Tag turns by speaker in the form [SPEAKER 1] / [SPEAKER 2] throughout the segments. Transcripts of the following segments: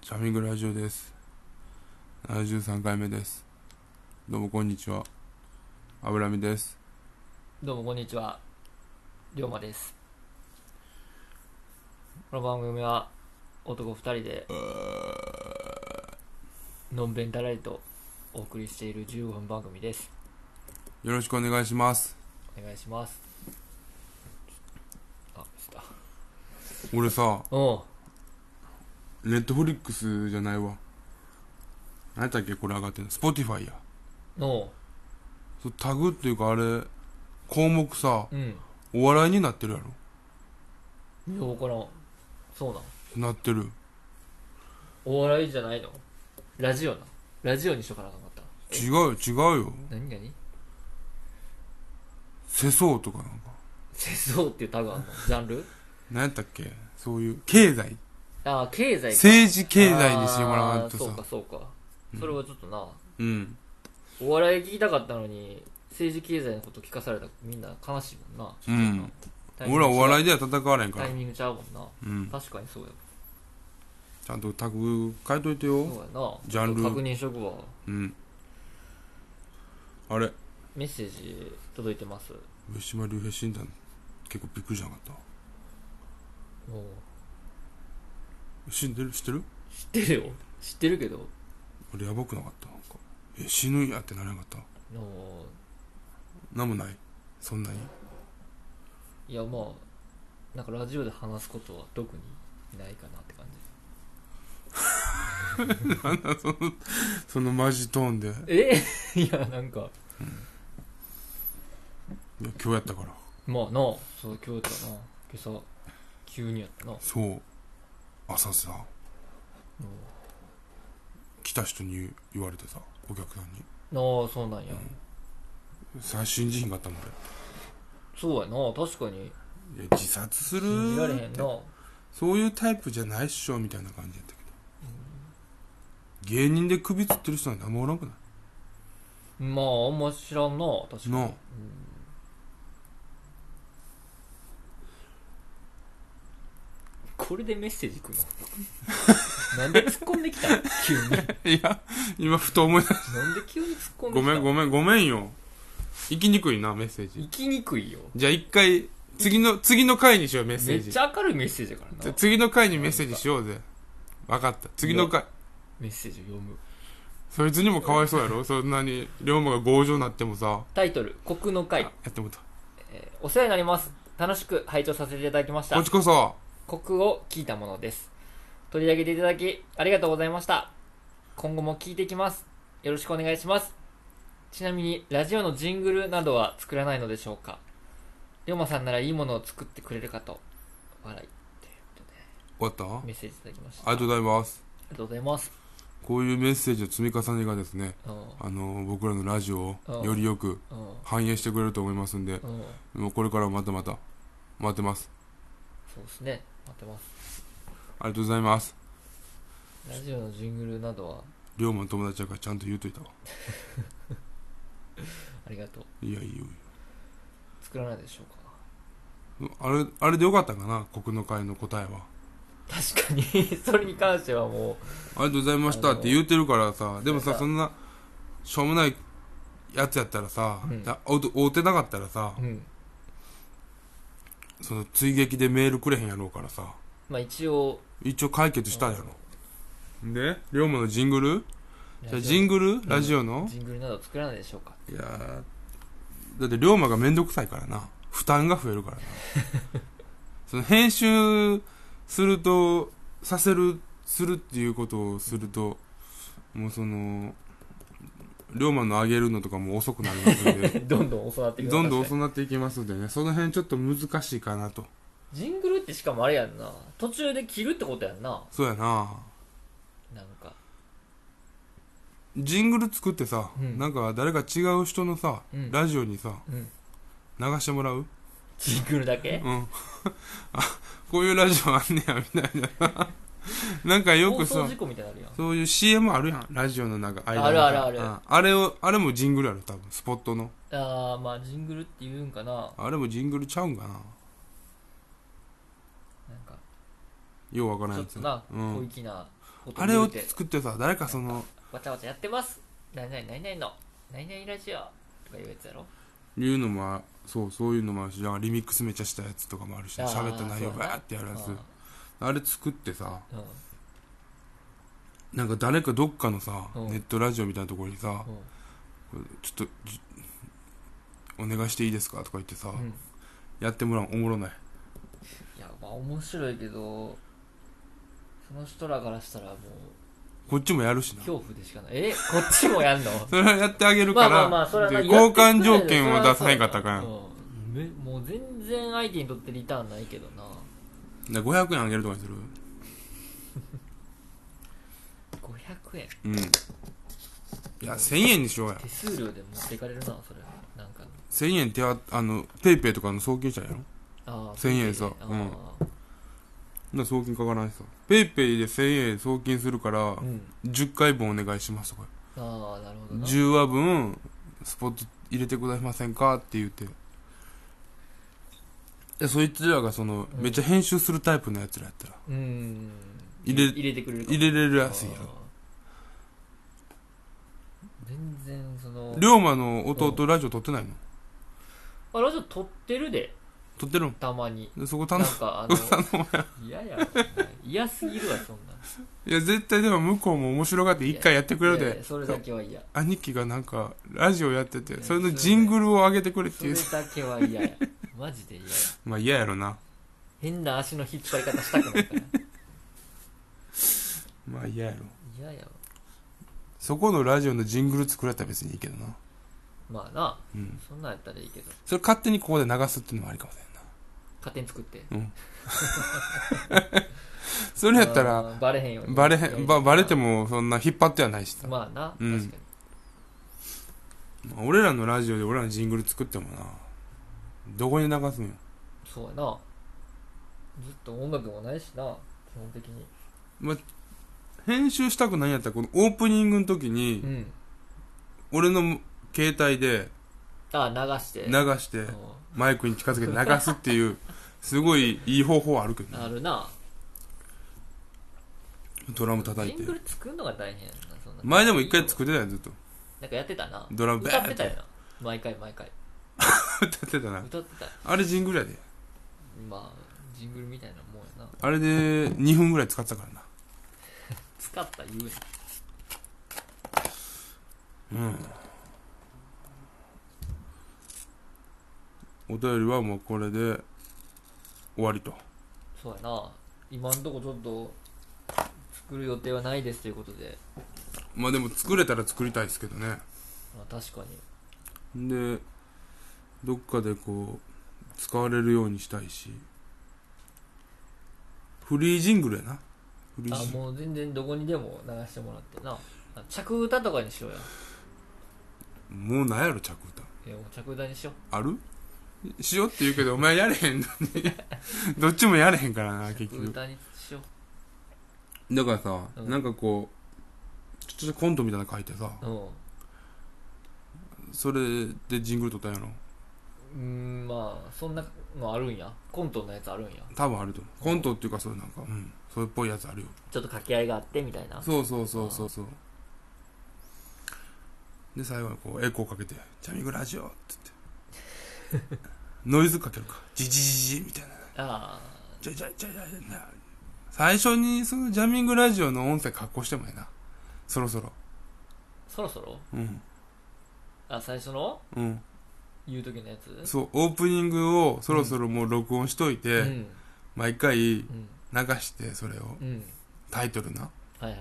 [SPEAKER 1] チャミングラジオです73回目ですどうもこんにちは油見です
[SPEAKER 2] どうもこんにちは、りょうまです。この番組は男2人でのんべんたらりとお送りしている15分番組です。
[SPEAKER 1] よろしくお願いします
[SPEAKER 2] お願いします。あ、した。
[SPEAKER 1] 俺さ
[SPEAKER 2] お
[SPEAKER 1] ネットフリックスじゃないわ何やったっけこれ上がってんのスポティファイや
[SPEAKER 2] うお
[SPEAKER 1] そうタグっていうかあれ項目さ
[SPEAKER 2] ううん。
[SPEAKER 1] お笑いになってるやろ
[SPEAKER 2] ようからん。そうなん。
[SPEAKER 1] なってる
[SPEAKER 2] お笑いじゃないのラジオな。ラジオにしとかなあかんかった。
[SPEAKER 1] 違うよ違うよ
[SPEAKER 2] 何何
[SPEAKER 1] 世相とかなんか
[SPEAKER 2] 世相っていうタグ あんのジャンル
[SPEAKER 1] 何やったっけそういう経済
[SPEAKER 2] あー、経済か
[SPEAKER 1] 政治経済にしてもらわんと
[SPEAKER 2] あーそう
[SPEAKER 1] さ
[SPEAKER 2] か、そうか。それはちょっとな。
[SPEAKER 1] うん
[SPEAKER 2] お笑い聞きたかったのに政治経済のこと聞かされたらみんな悲しいもんな
[SPEAKER 1] うん俺はお
[SPEAKER 2] い
[SPEAKER 1] 笑いでは戦われへんか
[SPEAKER 2] タ
[SPEAKER 1] ら
[SPEAKER 2] イ、ミングちゃうもんな
[SPEAKER 1] うん、
[SPEAKER 2] 確かにそうや
[SPEAKER 1] ちゃんとタグ書いといてよ
[SPEAKER 2] そうやな
[SPEAKER 1] ジャンル
[SPEAKER 2] 確認しとくわ
[SPEAKER 1] うんあれ
[SPEAKER 2] メッセージ届いてます
[SPEAKER 1] 上島竜兵死んだの結構びっくりじゃなかった
[SPEAKER 2] おう
[SPEAKER 1] 死んでる知ってる
[SPEAKER 2] 知ってるよ知ってるけど
[SPEAKER 1] あれやばくなかったなんかえ死ぬんやってならなかった
[SPEAKER 2] おう
[SPEAKER 1] なんもないそんなに
[SPEAKER 2] いやまあなんかラジオで話すことは特にないかなって感じ
[SPEAKER 1] そのマジトーンでい
[SPEAKER 2] え いやなんか
[SPEAKER 1] や今日やったから
[SPEAKER 2] まあなそう今日だな今朝急にやったなおう
[SPEAKER 1] そう朝さ来た人に言われてさお客さんに
[SPEAKER 2] なあそうなんや、
[SPEAKER 1] 最信じひんかったもん
[SPEAKER 2] そうやな確かに
[SPEAKER 1] 俺いや自殺する
[SPEAKER 2] 信じられへんな
[SPEAKER 1] そういうタイプじゃないっしょみたいな感じやったけど、芸人で首吊ってる人なんてあんまおらんくない
[SPEAKER 2] まああんま知らんな確かに、
[SPEAKER 1] なあ
[SPEAKER 2] これでメッセージくの なんで突っ込んできたの急になんで
[SPEAKER 1] いや今ふと思い出し
[SPEAKER 2] 急に突っ込んできた
[SPEAKER 1] ごめんごめんごめんよ行きにくいなメッセー
[SPEAKER 2] 行
[SPEAKER 1] ジ
[SPEAKER 2] きにくいよ
[SPEAKER 1] じゃあ一回次の次の回にしようメッセ
[SPEAKER 2] め
[SPEAKER 1] ー
[SPEAKER 2] っ
[SPEAKER 1] ジ
[SPEAKER 2] ちゃ明るいメッセージやからな
[SPEAKER 1] 次の回にメッセージしようぜ分かった次の回
[SPEAKER 2] メッセージを読む
[SPEAKER 1] そいつにもかわいそうやろそんなに龍馬が強情になってもさ
[SPEAKER 2] タイトル「コクの会
[SPEAKER 1] やってもうた」
[SPEAKER 2] えーお世話になります楽しく拝聴させていただきまし
[SPEAKER 1] こ
[SPEAKER 2] た
[SPEAKER 1] っちこそ
[SPEAKER 2] コクを聞いたものです取り上げていただきありがとうございました今後も聞いていきますよろしくお願いしますちなみにラジオのジングルなどは作らないのでしょうか龍馬さんならいいものを作ってくれるかと笑い
[SPEAKER 1] 終わったあ
[SPEAKER 2] メッセージいただきました
[SPEAKER 1] りがとうございます
[SPEAKER 2] ありがとうございます
[SPEAKER 1] こういうメッセージの積み重ねがですね
[SPEAKER 2] うん
[SPEAKER 1] あの僕らのラジオ
[SPEAKER 2] う
[SPEAKER 1] を
[SPEAKER 2] ん
[SPEAKER 1] よりよく
[SPEAKER 2] うん
[SPEAKER 1] 反映してくれると思いますんで
[SPEAKER 2] うん
[SPEAKER 1] もうこれからもまたまた待ってます
[SPEAKER 2] そうですね待ってます
[SPEAKER 1] ありがとうございます
[SPEAKER 2] ラジオのジングルなどは
[SPEAKER 1] 龍馬の友達やからちゃんと言うといたわ
[SPEAKER 2] ありがとう
[SPEAKER 1] いやいいよ
[SPEAKER 2] 作らないでしょうか
[SPEAKER 1] あれあれでよかったかな国の会の答えは
[SPEAKER 2] 確かにそれに関してはも
[SPEAKER 1] ありがとうございましたって言うてるからさでもさ
[SPEAKER 2] なんか
[SPEAKER 1] そんなしょうもないやつやったらさ、
[SPEAKER 2] うん
[SPEAKER 1] だお会うてなかったらさ
[SPEAKER 2] う、うん、
[SPEAKER 1] その追撃でメールくれへんやろうからさ
[SPEAKER 2] まあ一応
[SPEAKER 1] 一応解決したやろ、で龍馬のジングルじゃあジン
[SPEAKER 2] グ
[SPEAKER 1] グルラジオの、
[SPEAKER 2] ジングルなど作らないでしょうか
[SPEAKER 1] いやーだって龍馬がめんどくさいからな負担が増える からなその編集するとさせるするっていうことをするともうその龍馬の上げるのとかも遅くなり ますんで
[SPEAKER 2] どんどん教わっていく
[SPEAKER 1] どんどん
[SPEAKER 2] 確か
[SPEAKER 1] 遅なっていきますんでねその辺ちょっと難しいかなと
[SPEAKER 2] にジングルってしかもあれやんな途中で切るってことやんな
[SPEAKER 1] そうやな
[SPEAKER 2] なんか
[SPEAKER 1] ジングル作ってさ、
[SPEAKER 2] うん
[SPEAKER 1] なんか誰か違う人のさ、
[SPEAKER 2] うん
[SPEAKER 1] ラジオにさ
[SPEAKER 2] うん
[SPEAKER 1] 流してもらう
[SPEAKER 2] ジングルだけ
[SPEAKER 1] うん。 あ、こういうラジオあんねや、みたいな。 なんかよく
[SPEAKER 2] 放送
[SPEAKER 1] さ
[SPEAKER 2] 事、故みたいになるやん
[SPEAKER 1] そういう CM あるやん。ラジオのなんか間に
[SPEAKER 2] あるあるある
[SPEAKER 1] うんあれを、あれもジングルある、多分。スポットの。
[SPEAKER 2] あーまあジングルって言うんかな
[SPEAKER 1] あれもジングルちゃうんかな。
[SPEAKER 2] なんか
[SPEAKER 1] ようわからん
[SPEAKER 2] ちょ
[SPEAKER 1] や
[SPEAKER 2] っ
[SPEAKER 1] つ
[SPEAKER 2] とな、
[SPEAKER 1] うん
[SPEAKER 2] 小粋なこと
[SPEAKER 1] あれを
[SPEAKER 2] て
[SPEAKER 1] 作ってさ誰かその
[SPEAKER 2] わちゃわちゃやってます何々何々の何々ラジオとかいうやつやろ
[SPEAKER 1] いうのもあそうそういうのもあるしなんかリミックスめっちゃしたやつとかもあるし
[SPEAKER 2] あー
[SPEAKER 1] 喋った内容
[SPEAKER 2] そうだな
[SPEAKER 1] バーってやるやつ
[SPEAKER 2] うん
[SPEAKER 1] あれ作ってさ
[SPEAKER 2] うん
[SPEAKER 1] なんか誰かどっかのさ
[SPEAKER 2] うん
[SPEAKER 1] ネットラジオみたいなところにさ
[SPEAKER 2] うん
[SPEAKER 1] ちょっとじお願いしていいですかとか言ってさ
[SPEAKER 2] うん
[SPEAKER 1] やってもらうおもろない
[SPEAKER 2] いやまあ面白いけどその人らからしたらもう
[SPEAKER 1] こっちもやるしな
[SPEAKER 2] 恐怖でしかないえこっちもやんの
[SPEAKER 1] それはやってあげるか
[SPEAKER 2] まあま
[SPEAKER 1] ら
[SPEAKER 2] あまあそれは
[SPEAKER 1] で
[SPEAKER 2] な
[SPEAKER 1] 交換条件を出さへんかったらあかん
[SPEAKER 2] う
[SPEAKER 1] だか
[SPEAKER 2] んめもう全然相手にとってリターンないけどな
[SPEAKER 1] ら500円あげるとかにする
[SPEAKER 2] 500円
[SPEAKER 1] うんいや1000円にしようや
[SPEAKER 2] 手数料で持っていかれるなそれなんか
[SPEAKER 1] 1000円手はあのペイペイとかの送金者やろ
[SPEAKER 2] ああ
[SPEAKER 1] 千円さ
[SPEAKER 2] あ
[SPEAKER 1] うんな送金かからんしさペイペイで1000円送金するから、
[SPEAKER 2] あうん
[SPEAKER 1] 10回分お願いしますとか
[SPEAKER 2] ああなるほどな
[SPEAKER 1] 10話分スポット入れてくださいませんかって言ってでそいつらがその、
[SPEAKER 2] うん
[SPEAKER 1] めっちゃ編集するタイプのやつらやったら
[SPEAKER 2] うん
[SPEAKER 1] 入れ
[SPEAKER 2] 入れてくれるかも
[SPEAKER 1] 入れれるやつや
[SPEAKER 2] あー全然その
[SPEAKER 1] 龍馬の弟ラジオ撮ってないの
[SPEAKER 2] あラジオ撮ってるで
[SPEAKER 1] 撮ってるの
[SPEAKER 2] たまに
[SPEAKER 1] でそこ
[SPEAKER 2] な ん
[SPEAKER 1] 頼む
[SPEAKER 2] かあの嫌やわ嫌すぎるわそんなん
[SPEAKER 1] いや絶対でも向こうも面白がって一回やってくれる
[SPEAKER 2] いやい
[SPEAKER 1] で
[SPEAKER 2] やそれだけは嫌
[SPEAKER 1] 兄貴がなんかラジオやって
[SPEAKER 2] い
[SPEAKER 1] て
[SPEAKER 2] や
[SPEAKER 1] それのジングルを上げてくれっ
[SPEAKER 2] そ
[SPEAKER 1] てい
[SPEAKER 2] れ
[SPEAKER 1] う
[SPEAKER 2] だけは嫌やマジで嫌や
[SPEAKER 1] まあ嫌やろな
[SPEAKER 2] 変な足の引っ張り方したくないから
[SPEAKER 1] まあ嫌やろ
[SPEAKER 2] 嫌やわ
[SPEAKER 1] そこのラジオのジングル作られたら別にいいけどな
[SPEAKER 2] まあな
[SPEAKER 1] うん
[SPEAKER 2] そんなんやったらいいけど
[SPEAKER 1] それ勝手にここで流すっていうのもありかもしれんな
[SPEAKER 2] 勝手に作って
[SPEAKER 1] それやったら
[SPEAKER 2] あーバレへんように
[SPEAKER 1] バレへんばバレてもそんな引っ張ってはないしさ、
[SPEAKER 2] まあな確か
[SPEAKER 1] う
[SPEAKER 2] に
[SPEAKER 1] んまあ俺らのラジオで俺らのジングル作ってもなどこに流すんよ
[SPEAKER 2] そうやなずっと音楽もないしな基本的に
[SPEAKER 1] 編集したくないんやったらこのオープニングの時に
[SPEAKER 2] うん
[SPEAKER 1] 俺の携帯で
[SPEAKER 2] あ流して
[SPEAKER 1] 流して
[SPEAKER 2] う
[SPEAKER 1] マイクに近づけて流すっていうすごいいい方法あるけど
[SPEAKER 2] ん
[SPEAKER 1] ね
[SPEAKER 2] あるな
[SPEAKER 1] ドラム叩い
[SPEAKER 2] ジ
[SPEAKER 1] て
[SPEAKER 2] ングル作るのが大変やなそんな
[SPEAKER 1] 前でも一回作ってたよずっと
[SPEAKER 2] なんかやってたな
[SPEAKER 1] ドラムバ
[SPEAKER 2] 歌
[SPEAKER 1] ー
[SPEAKER 2] っ
[SPEAKER 1] ン
[SPEAKER 2] て
[SPEAKER 1] って
[SPEAKER 2] たよな毎回毎回
[SPEAKER 1] 歌ってたな
[SPEAKER 2] 歌ってた
[SPEAKER 1] あれジングルやで
[SPEAKER 2] まあジングルみたいなもんやな
[SPEAKER 1] あれで2分ぐらい使ってたからな
[SPEAKER 2] 使った言うやん
[SPEAKER 1] お便りはもうこれで終わりと
[SPEAKER 2] そうやな今んとこちょっと作る予定はないですということで、
[SPEAKER 1] まあでも作れたら作りたいですけどね
[SPEAKER 2] まあ、確かに
[SPEAKER 1] でどっかでこう使われるようにしたいしフリージングルやなフリー
[SPEAKER 2] あ
[SPEAKER 1] ジングル
[SPEAKER 2] もう全然どこにでも流してもらってなあ着歌とかにしようや
[SPEAKER 1] もうなんやろ着歌
[SPEAKER 2] いやもう着歌にしよ
[SPEAKER 1] あるしようって言うけどお前やれへんのに どっちもやれへんからな
[SPEAKER 2] う
[SPEAKER 1] 結
[SPEAKER 2] 着
[SPEAKER 1] 局
[SPEAKER 2] 歌にしよ
[SPEAKER 1] だからさ、
[SPEAKER 2] うん
[SPEAKER 1] なんかこうちょっとコントみたいなの書いてさ
[SPEAKER 2] ううん
[SPEAKER 1] それでジングル撮ったんやろ
[SPEAKER 2] うーんまあそんなのあるんやコントのやつあるんや
[SPEAKER 1] 多分あると思うコントっていうかそういうなんか、うん、それっぽいやつあるよ
[SPEAKER 2] ちょっと掛け合いがあってみたいな
[SPEAKER 1] そうそうそうそうそうで最後にこうエコーかけて「ジャミングラジオ」って言って ノイズかけるか「ジジジジ」みたいな
[SPEAKER 2] あ
[SPEAKER 1] 「ジャジャジャジャジャジャ」最初にそのジャミングラジオの音声加工してもええなそろそろ
[SPEAKER 2] ーそろそろ
[SPEAKER 1] うん
[SPEAKER 2] あ最初の
[SPEAKER 1] うん
[SPEAKER 2] 言う時のやつ
[SPEAKER 1] そうオープニングをそろそろもう録音しといて、
[SPEAKER 2] うん
[SPEAKER 1] 毎回流
[SPEAKER 2] うん
[SPEAKER 1] してそれを
[SPEAKER 2] うん
[SPEAKER 1] タイトルな
[SPEAKER 2] はいはい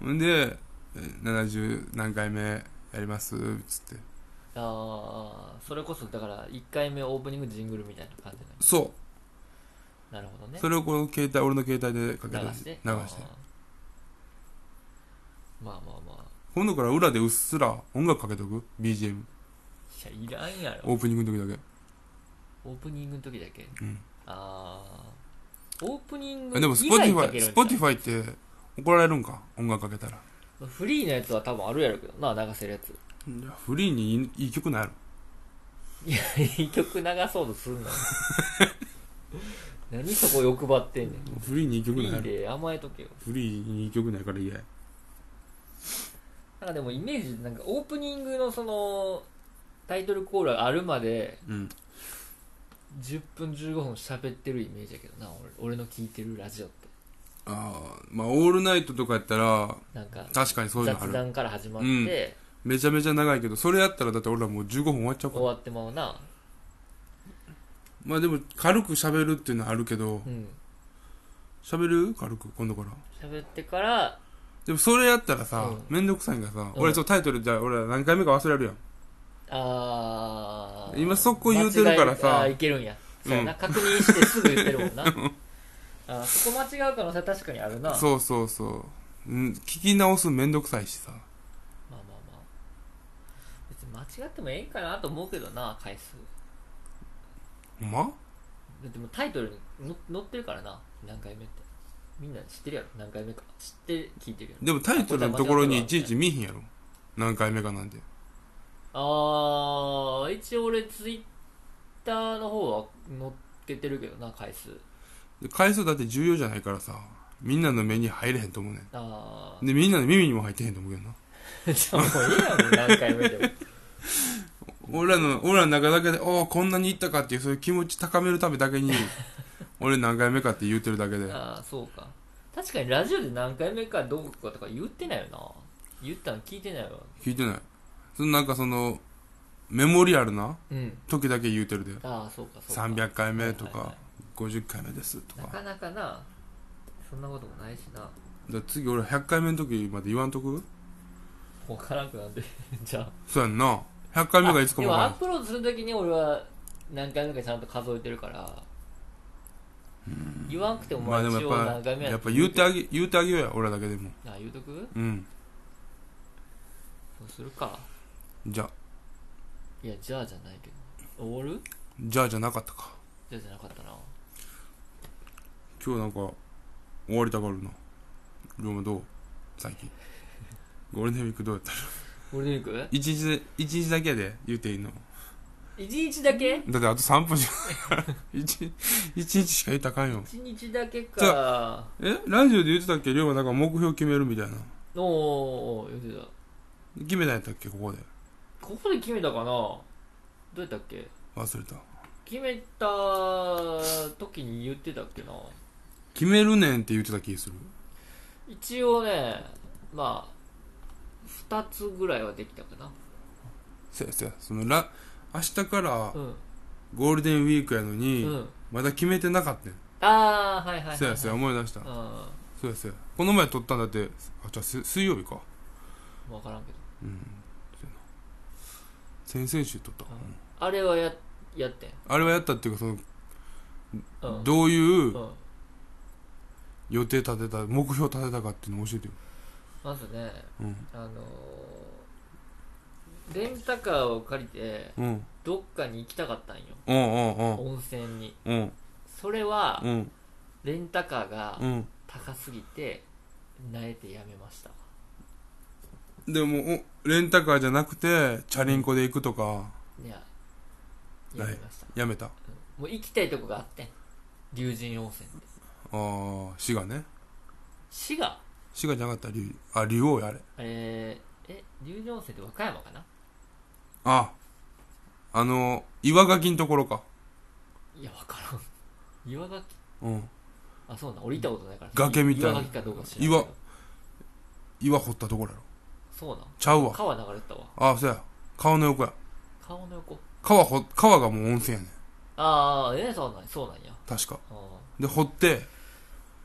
[SPEAKER 2] はい
[SPEAKER 1] んでえー70何回目やりますっつって
[SPEAKER 2] ああそれこそだから1回目オープニングジングルみたいな感じ
[SPEAKER 1] そう
[SPEAKER 2] なのなるほどね
[SPEAKER 1] それをこの携帯俺の携帯でかけ
[SPEAKER 2] 流
[SPEAKER 1] て
[SPEAKER 2] して
[SPEAKER 1] 流
[SPEAKER 2] あー
[SPEAKER 1] して
[SPEAKER 2] まあまあま
[SPEAKER 1] 今度から裏でうっすら音楽かけとく BGM
[SPEAKER 2] あいやいらんやろ
[SPEAKER 1] オープニングの時だ
[SPEAKER 2] オープニングの時だけ
[SPEAKER 1] け、うん、
[SPEAKER 2] ああオープニング
[SPEAKER 1] えでも
[SPEAKER 2] 以外か
[SPEAKER 1] Spotify
[SPEAKER 2] けるん
[SPEAKER 1] Spotify っ
[SPEAKER 2] ちゃう
[SPEAKER 1] て怒られるんか音楽かけたら
[SPEAKER 2] フリーのやつは多分あるやろうけどな流せるやつ
[SPEAKER 1] いやフリーにいいいい曲ないや
[SPEAKER 2] いやいい曲流そうとすんな何そこ欲張ってんねん。
[SPEAKER 1] フリーに曲
[SPEAKER 2] い
[SPEAKER 1] ないい
[SPEAKER 2] で甘えとけよ。
[SPEAKER 1] フリーに曲ないから嫌や
[SPEAKER 2] なんかでもイメージ、なんかオープニングのその、タイトルコールあるまで、
[SPEAKER 1] うん
[SPEAKER 2] 10分15分喋ってるイメージやけどな、俺俺の聞いてるラジオって。
[SPEAKER 1] ああまあオールナイトとかやったら
[SPEAKER 2] なんか、
[SPEAKER 1] 確かにそういうのあ
[SPEAKER 2] 雑
[SPEAKER 1] る
[SPEAKER 2] 談から始まって、
[SPEAKER 1] うんめちゃめちゃ長いけどそれやったらだって俺らもう15分終わっちゃうか
[SPEAKER 2] 終
[SPEAKER 1] ら
[SPEAKER 2] わってまうな。
[SPEAKER 1] まあでも軽く喋るっていうのはあるけど
[SPEAKER 2] うん。
[SPEAKER 1] 喋る軽く今度から
[SPEAKER 2] 喋ってから、
[SPEAKER 1] でもそれやったらさ
[SPEAKER 2] うん
[SPEAKER 1] めんどくさいんがさ
[SPEAKER 2] うん
[SPEAKER 1] 俺そうタイトルじゃあ俺ら何回目か忘れるやん
[SPEAKER 2] あー
[SPEAKER 1] 今そこ言うてるからさ
[SPEAKER 2] 間違えあーいけるんや。
[SPEAKER 1] うん
[SPEAKER 2] そうやな、確認してすぐ言って るもんな。あーそこ間違う可能性は確かにあるな。
[SPEAKER 1] そうそうそううん聞き直すのめんどくさいしさ
[SPEAKER 2] まあまあまあ別に間違ってもええんかなと思うけどな回数
[SPEAKER 1] ほんま
[SPEAKER 2] だってもうタイトルにの載ってるからな何回目ってみんな知ってるやろ何回目か知って聞いてるやろ
[SPEAKER 1] でもタイトルのところにいちいち見えへんやろ何回目かなんて
[SPEAKER 2] あー一応俺ツイッターの方は載っけてるけどな回数
[SPEAKER 1] で回数だって重要じゃないからさみんなの目に入れへんと思うね
[SPEAKER 2] あ
[SPEAKER 1] んでみんなの耳にも入ってへんと思うけどな
[SPEAKER 2] ーじゃあもういいやろ何回目でも
[SPEAKER 1] 俺らの俺らの中だけでおおこんなにいったかっていうそういう気持ち高めるためだ けに俺何回目かって言うてるだけで
[SPEAKER 2] ああそうか確かにラジオで何回目かどうかとか言ってないよな言ったの聞いてないわ
[SPEAKER 1] 聞いてないそのなんかそのメモリアルな
[SPEAKER 2] うん
[SPEAKER 1] 時だけ言うてるで
[SPEAKER 2] ああそうかそうか
[SPEAKER 1] 300回目と
[SPEAKER 2] はいはいは
[SPEAKER 1] か
[SPEAKER 2] い
[SPEAKER 1] 50回目ですとか
[SPEAKER 2] な
[SPEAKER 1] だか
[SPEAKER 2] かなかなそんなこともないしな
[SPEAKER 1] ら次俺100回目の時まで言わんとく
[SPEAKER 2] 分からんくなんで じゃあ
[SPEAKER 1] そうやんな100回目がいつかも
[SPEAKER 2] で
[SPEAKER 1] わか
[SPEAKER 2] もア
[SPEAKER 1] ら
[SPEAKER 2] ッ
[SPEAKER 1] ん
[SPEAKER 2] プロードするときに俺は何回目かちゃんと数えてるから言わんくても
[SPEAKER 1] ま
[SPEAKER 2] ま
[SPEAKER 1] あ
[SPEAKER 2] あ
[SPEAKER 1] でも
[SPEAKER 2] 一応
[SPEAKER 1] や
[SPEAKER 2] 何
[SPEAKER 1] っぱ
[SPEAKER 2] 回目
[SPEAKER 1] や
[SPEAKER 2] や
[SPEAKER 1] っぱ言うてあ
[SPEAKER 2] げ
[SPEAKER 1] げ言うてあげようや俺らだけでも
[SPEAKER 2] あ言うとく
[SPEAKER 1] うん
[SPEAKER 2] そうするか
[SPEAKER 1] じゃあ
[SPEAKER 2] いやじゃあじゃないけど終わる
[SPEAKER 1] じゃあじゃなかったか
[SPEAKER 2] じゃあじゃなかったな
[SPEAKER 1] 今日なんか終わりたがるな龍馬どう最近 ゴールデンウィークどうやった
[SPEAKER 2] ゴールデンウィーク
[SPEAKER 1] 一日で一日だけで言うていいの
[SPEAKER 2] 一日だけ
[SPEAKER 1] だってあと3分じゃ 一一日しか言ったらあかんよ
[SPEAKER 2] 一日だけ
[SPEAKER 1] じ
[SPEAKER 2] か
[SPEAKER 1] えラジオで言ってたっけ龍馬なんか目標決めるみたいな
[SPEAKER 2] おーおー言ってた
[SPEAKER 1] 決めたんやったっけここで
[SPEAKER 2] ここで決めたかなどうやったっけ
[SPEAKER 1] 忘れた
[SPEAKER 2] 決めた時に言ってたっけな
[SPEAKER 1] 決めるねんって言ってた気する
[SPEAKER 2] 一応ねまあ2つぐらいはできたかな
[SPEAKER 1] そやそやそのら明日から
[SPEAKER 2] うん
[SPEAKER 1] ゴールデンウィークやのに、
[SPEAKER 2] うん
[SPEAKER 1] まだ決めてなかったん
[SPEAKER 2] ああはいはいはい、はい、
[SPEAKER 1] そやそや
[SPEAKER 2] うん
[SPEAKER 1] 思い出したそうですこの前撮ったんだってあじゃあす水曜日か
[SPEAKER 2] 分からんけど
[SPEAKER 1] うんそうやな先々週撮った、
[SPEAKER 2] うんあれはややって
[SPEAKER 1] あれはやったっていうかその、
[SPEAKER 2] ん、うん、
[SPEAKER 1] どういううん予定立てた目標立てたかっていうのを教えてよ、
[SPEAKER 2] まずね
[SPEAKER 1] うん
[SPEAKER 2] あのーレンタカーを借りて
[SPEAKER 1] うん、
[SPEAKER 2] どっかに行きたかったんよ
[SPEAKER 1] うんうんうん
[SPEAKER 2] 温泉に
[SPEAKER 1] うん
[SPEAKER 2] それは
[SPEAKER 1] うん
[SPEAKER 2] レンタカーが
[SPEAKER 1] うん
[SPEAKER 2] 高すぎてなえてやめました
[SPEAKER 1] でもおレンタカーじゃなくてチャリンコで行くとか
[SPEAKER 2] いややめました
[SPEAKER 1] やめたあ
[SPEAKER 2] うんもう行きたいとこがあってん龍神温泉って
[SPEAKER 1] あ滋賀ね
[SPEAKER 2] 滋賀
[SPEAKER 1] 滋賀じゃなかった竜あ竜王やあれ
[SPEAKER 2] えー、え龍神温泉って和歌山かな
[SPEAKER 1] ああの岩垣のところか
[SPEAKER 2] いや分からん岩垣
[SPEAKER 1] うん
[SPEAKER 2] あそうなん俺行ったことないから
[SPEAKER 1] 崖みたいな
[SPEAKER 2] 岩垣かどうか知らんけど
[SPEAKER 1] 岩岩掘ったところやろ
[SPEAKER 2] そうなん
[SPEAKER 1] ちゃうわ
[SPEAKER 2] 川流れてたわ
[SPEAKER 1] ああそうや川の横や
[SPEAKER 2] 川の横
[SPEAKER 1] 川ほ川がもう温泉やねん
[SPEAKER 2] ああえー、そうなんそうなんや
[SPEAKER 1] 確か
[SPEAKER 2] あー
[SPEAKER 1] で掘って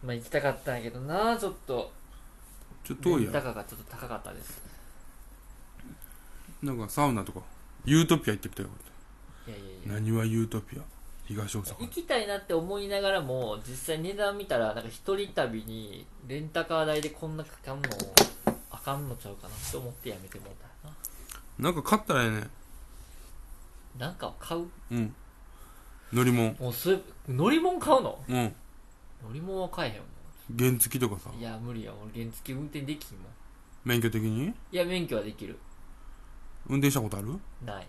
[SPEAKER 2] まあ行きたかったんやけどなちょっと
[SPEAKER 1] ちょっと
[SPEAKER 2] レ
[SPEAKER 1] 遠い
[SPEAKER 2] ン
[SPEAKER 1] や
[SPEAKER 2] タ
[SPEAKER 1] ん
[SPEAKER 2] カーがちょっと高かったです
[SPEAKER 1] なんかサウナとかユートピア行ってみたよ
[SPEAKER 2] いやいやいや
[SPEAKER 1] 何はユートピア東大
[SPEAKER 2] 行
[SPEAKER 1] 阪
[SPEAKER 2] きたいなって思いながらも実際値段見たらなんか一人旅にレンタカー代でこんなかかんのあかんのちゃうかなって思ってやめてもうたよ
[SPEAKER 1] なんか買ったらええね
[SPEAKER 2] ななんかを買う
[SPEAKER 1] うん乗り物
[SPEAKER 2] もうそれ乗り物買うの
[SPEAKER 1] うん
[SPEAKER 2] 乗り物は買えへんも
[SPEAKER 1] 原付とかさ
[SPEAKER 2] んいや無理や俺原付運転できんもん
[SPEAKER 1] 免許的に
[SPEAKER 2] いや免許はできる
[SPEAKER 1] 運転したことある
[SPEAKER 2] ない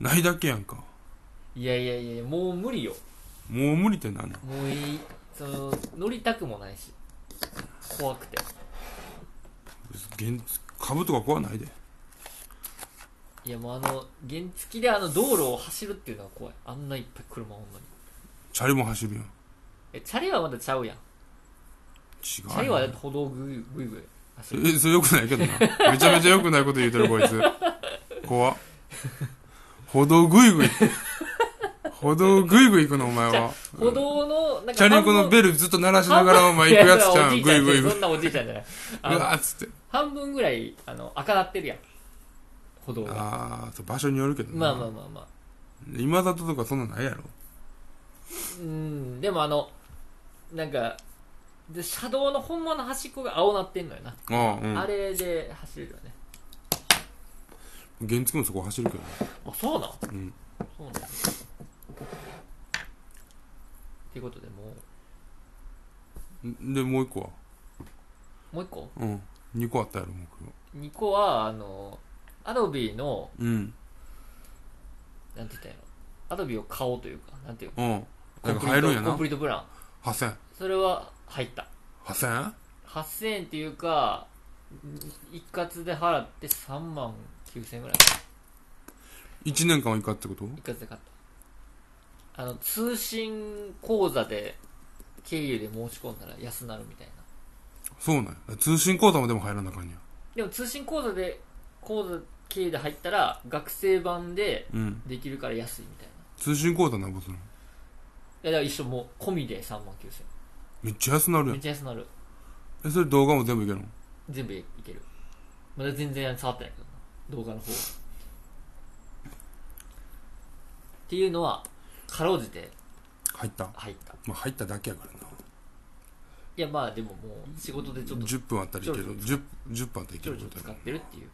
[SPEAKER 1] ないだけやんか
[SPEAKER 2] いやいやいやもう無理よ
[SPEAKER 1] もう無理ってなんの
[SPEAKER 2] もういいその乗りたくもないし怖くて
[SPEAKER 1] 原株とか怖ないで
[SPEAKER 2] いやもうあの原付であの道路を走るっていうのは怖いあんないっぱい車おんのに
[SPEAKER 1] チャリも走るよ
[SPEAKER 2] えチャリはまだちゃうやん
[SPEAKER 1] 違う
[SPEAKER 2] チャリは歩道ぐいぐいぐい走る
[SPEAKER 1] えそれよくないけどなめちゃめちゃよくないこと言うてるこいつ怖っ歩道ぐいぐい歩道ぐいぐい行くのお前は
[SPEAKER 2] 歩道のなんか
[SPEAKER 1] チャリンコの
[SPEAKER 2] ル
[SPEAKER 1] ベルずっと鳴らしながらお前行くやつちゃ
[SPEAKER 2] おじ
[SPEAKER 1] ん
[SPEAKER 2] いち
[SPEAKER 1] ぐ
[SPEAKER 2] ゃ
[SPEAKER 1] い
[SPEAKER 2] ん
[SPEAKER 1] ぐい
[SPEAKER 2] で
[SPEAKER 1] ぐい
[SPEAKER 2] そんなおじいちゃんじゃないうあの
[SPEAKER 1] わっつって
[SPEAKER 2] 半分ぐらいあの赤なってるやん歩道が
[SPEAKER 1] ああ場所によるけどな
[SPEAKER 2] まあまあまあまあ
[SPEAKER 1] 今里とかそんなんないやろ
[SPEAKER 2] うんでもあのなんかで車道のほんまの端っこが青なってんのよな、
[SPEAKER 1] ああうん
[SPEAKER 2] あれで走れるよね
[SPEAKER 1] 原付もそこ走るけど
[SPEAKER 2] あそうなん
[SPEAKER 1] うん
[SPEAKER 2] そうなんということでも
[SPEAKER 1] んでもう一個は
[SPEAKER 2] うもう一個
[SPEAKER 1] うん二個あったやろ目標
[SPEAKER 2] 2個はあのアドビーの
[SPEAKER 1] うん
[SPEAKER 2] なんて言ったんやろアドビーを買おうというかなんていう
[SPEAKER 1] うん
[SPEAKER 2] コ
[SPEAKER 1] なん
[SPEAKER 2] ン
[SPEAKER 1] か
[SPEAKER 2] プ
[SPEAKER 1] 入るん
[SPEAKER 2] リー
[SPEAKER 1] や
[SPEAKER 2] トコン
[SPEAKER 1] な
[SPEAKER 2] プリートプラン
[SPEAKER 1] 8000
[SPEAKER 2] それは入った
[SPEAKER 1] 8000
[SPEAKER 2] 8000円っていうかん一括で払って3万9000円ぐらい
[SPEAKER 1] 一年間はいかってこと
[SPEAKER 2] 一括で買ったあの通信口座で経由で申し込んだら安なるみたいな
[SPEAKER 1] そうなんや通信講座もでも入らなあかんや
[SPEAKER 2] でも通信口座で口座経由で入ったら学生版で
[SPEAKER 1] うん
[SPEAKER 2] できるから安いみたいな
[SPEAKER 1] 通信講座なんぼするの
[SPEAKER 2] いやだから一緒もう込みで3万9000
[SPEAKER 1] めっちゃ安なる
[SPEAKER 2] 円
[SPEAKER 1] や
[SPEAKER 2] めっ
[SPEAKER 1] ん
[SPEAKER 2] ちゃ安なる
[SPEAKER 1] えそれ動画も全部いけるの
[SPEAKER 2] 全部いけるまだ全然触ってないけどな動画の方はっていうのはかろうじて
[SPEAKER 1] 入った
[SPEAKER 2] 入った
[SPEAKER 1] まあ入っただけやからない
[SPEAKER 2] やまあでももう仕事でちょっとち
[SPEAKER 1] 10分あったらいける
[SPEAKER 2] ちょ
[SPEAKER 1] 10, 10分あったらいけ
[SPEAKER 2] ょ
[SPEAKER 1] る
[SPEAKER 2] いちょい
[SPEAKER 1] ことや
[SPEAKER 2] 使
[SPEAKER 1] か
[SPEAKER 2] っ
[SPEAKER 1] ら
[SPEAKER 2] てるっていう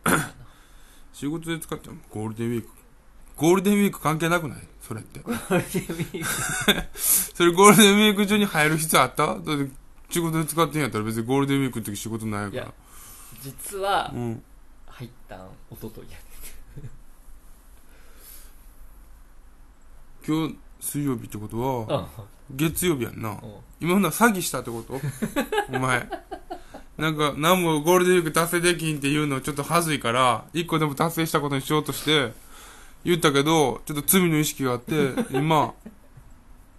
[SPEAKER 1] 仕事で使ってもゴールデンウィークゴールデンウィーク関係なくないそれって
[SPEAKER 2] ゴールデンウィーク
[SPEAKER 1] それゴールデンウィーク中に入る必要あっただって仕事で使ってんやったら別にゴールデンウィークの時仕事ないやか
[SPEAKER 2] 実
[SPEAKER 1] ら
[SPEAKER 2] は
[SPEAKER 1] うん
[SPEAKER 2] 入ったん一昨日や
[SPEAKER 1] 今日水曜日ってこと
[SPEAKER 2] う
[SPEAKER 1] は月曜日やんな、
[SPEAKER 2] んうん
[SPEAKER 1] 今ほんなら詐欺したってことお前。なんか、何もゴールデンウィーク達成できんっていうのちょっと恥ずいから、一個でも達成したことにしようとして、言ったけど、ちょっと罪の意識があって、今、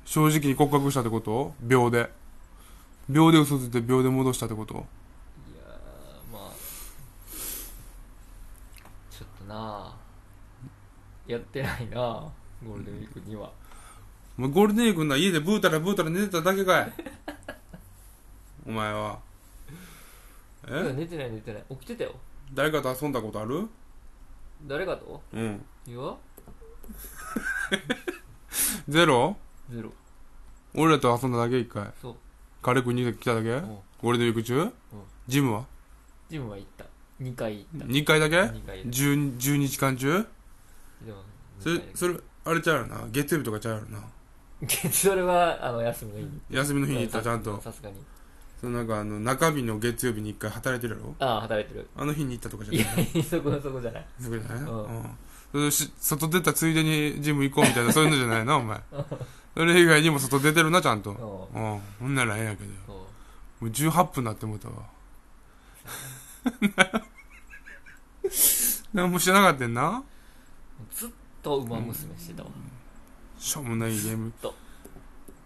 [SPEAKER 1] 正直に告白したってこと秒で。秒で嘘ついて秒で戻したってこと
[SPEAKER 2] いやーまあちょっとなやってないなゴールデンウィークには
[SPEAKER 1] お前ゴールデンウィークな家でブータラブータラ寝てただけかい。お前は。
[SPEAKER 2] いや
[SPEAKER 1] え
[SPEAKER 2] 寝てない寝てない起きてたよ
[SPEAKER 1] 誰かと遊んだことある
[SPEAKER 2] 誰かと
[SPEAKER 1] うん。
[SPEAKER 2] いや
[SPEAKER 1] ゼロ
[SPEAKER 2] ゼロ
[SPEAKER 1] 俺らと遊んだだけ一回。
[SPEAKER 2] そう
[SPEAKER 1] 軽く2来ただけ
[SPEAKER 2] うん
[SPEAKER 1] ゴールデンウィーク中、ジムは
[SPEAKER 2] ジムは行った2回行っ
[SPEAKER 1] ?2 回だ
[SPEAKER 2] た
[SPEAKER 1] け
[SPEAKER 2] 2回行っ
[SPEAKER 1] 10, ?10 日間中
[SPEAKER 2] たでも
[SPEAKER 1] それ
[SPEAKER 2] 二回、
[SPEAKER 1] それ、あれちゃうやろな。月曜日とかちゃうやろな。
[SPEAKER 2] それはあの休みの日に
[SPEAKER 1] 休みの日に行った、ちゃんと。
[SPEAKER 2] さすがに
[SPEAKER 1] そのなんか、あの、中日の月曜日に1回働いてるやろ
[SPEAKER 2] ああ働いてる
[SPEAKER 1] あの日に行ったとかじゃ
[SPEAKER 2] い
[SPEAKER 1] ない
[SPEAKER 2] やそこそこじゃない
[SPEAKER 1] そうじゃない
[SPEAKER 2] うん
[SPEAKER 1] うん。それし外出たついでにジム行こうみたいな、そういうのじゃないな、お 前。それ以外にも外出てるな、ちゃんと
[SPEAKER 2] うん。そ
[SPEAKER 1] うん。ほんならええんやけど。
[SPEAKER 2] う
[SPEAKER 1] もう18分なって思った わ。何もしてなかったんな。
[SPEAKER 2] ずっと馬娘してたわ
[SPEAKER 1] しょうもないゲーム
[SPEAKER 2] と。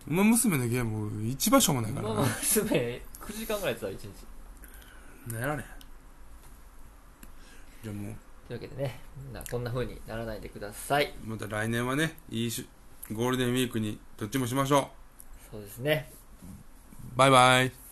[SPEAKER 1] ウマ娘のゲーム、一番しょうもないから
[SPEAKER 2] 馬
[SPEAKER 1] な。
[SPEAKER 2] 娘9時間ぐらいやってた1日
[SPEAKER 1] なやらねじゃあも、
[SPEAKER 2] というわけでねみんなこんな風にならないでくださいう
[SPEAKER 1] また来年はね、いいし、ゴールデンウィークにどっちもしましょ
[SPEAKER 2] そうですね
[SPEAKER 1] う。バイバイ。